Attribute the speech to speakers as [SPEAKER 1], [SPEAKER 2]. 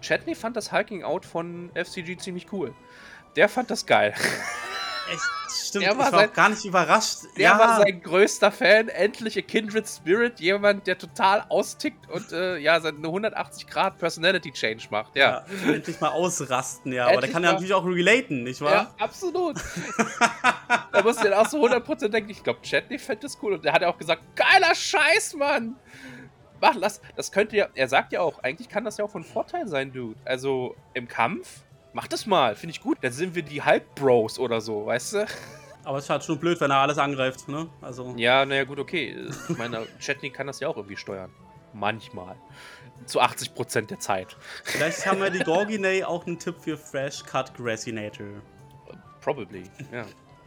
[SPEAKER 1] Chatney fand das Hiking Out von FCG ziemlich cool. Der fand das geil.
[SPEAKER 2] Echt, stimmt,
[SPEAKER 1] Der
[SPEAKER 2] ich
[SPEAKER 1] war
[SPEAKER 2] war
[SPEAKER 1] sein-
[SPEAKER 2] auch gar nicht überrascht.
[SPEAKER 1] Der
[SPEAKER 2] ja,
[SPEAKER 1] war sein größter Fan, endlich a Kindred Spirit, jemand, der total austickt und äh, ja, seine 180 Grad Personality Change macht. Ja,
[SPEAKER 2] ja. Endlich mal ausrasten, ja. Aber der
[SPEAKER 1] Endlich
[SPEAKER 2] kann ja
[SPEAKER 1] mal-
[SPEAKER 2] natürlich auch relaten, nicht
[SPEAKER 1] ja,
[SPEAKER 2] wahr?
[SPEAKER 1] absolut. da musst du dir auch so 100% denken, ich glaube, Chatney fällt das cool. Und der hat ja auch gesagt, geiler Scheiß, Mann! Mach, lass, das könnte ja, er sagt ja auch, eigentlich kann das ja auch von Vorteil sein, Dude. Also im Kampf, mach das mal, finde ich gut. Dann sind wir die Halbbros oder so, weißt du?
[SPEAKER 2] Aber es ist halt schon blöd, wenn er alles angreift, ne? Also.
[SPEAKER 1] Ja, naja, gut, okay. Ich meine, Chatney kann das ja auch irgendwie steuern. Manchmal. Zu 80% der Zeit.
[SPEAKER 2] Vielleicht haben wir die Gorginay auch einen Tipp für Fresh Cut Gracinator.
[SPEAKER 1] Probably, ja.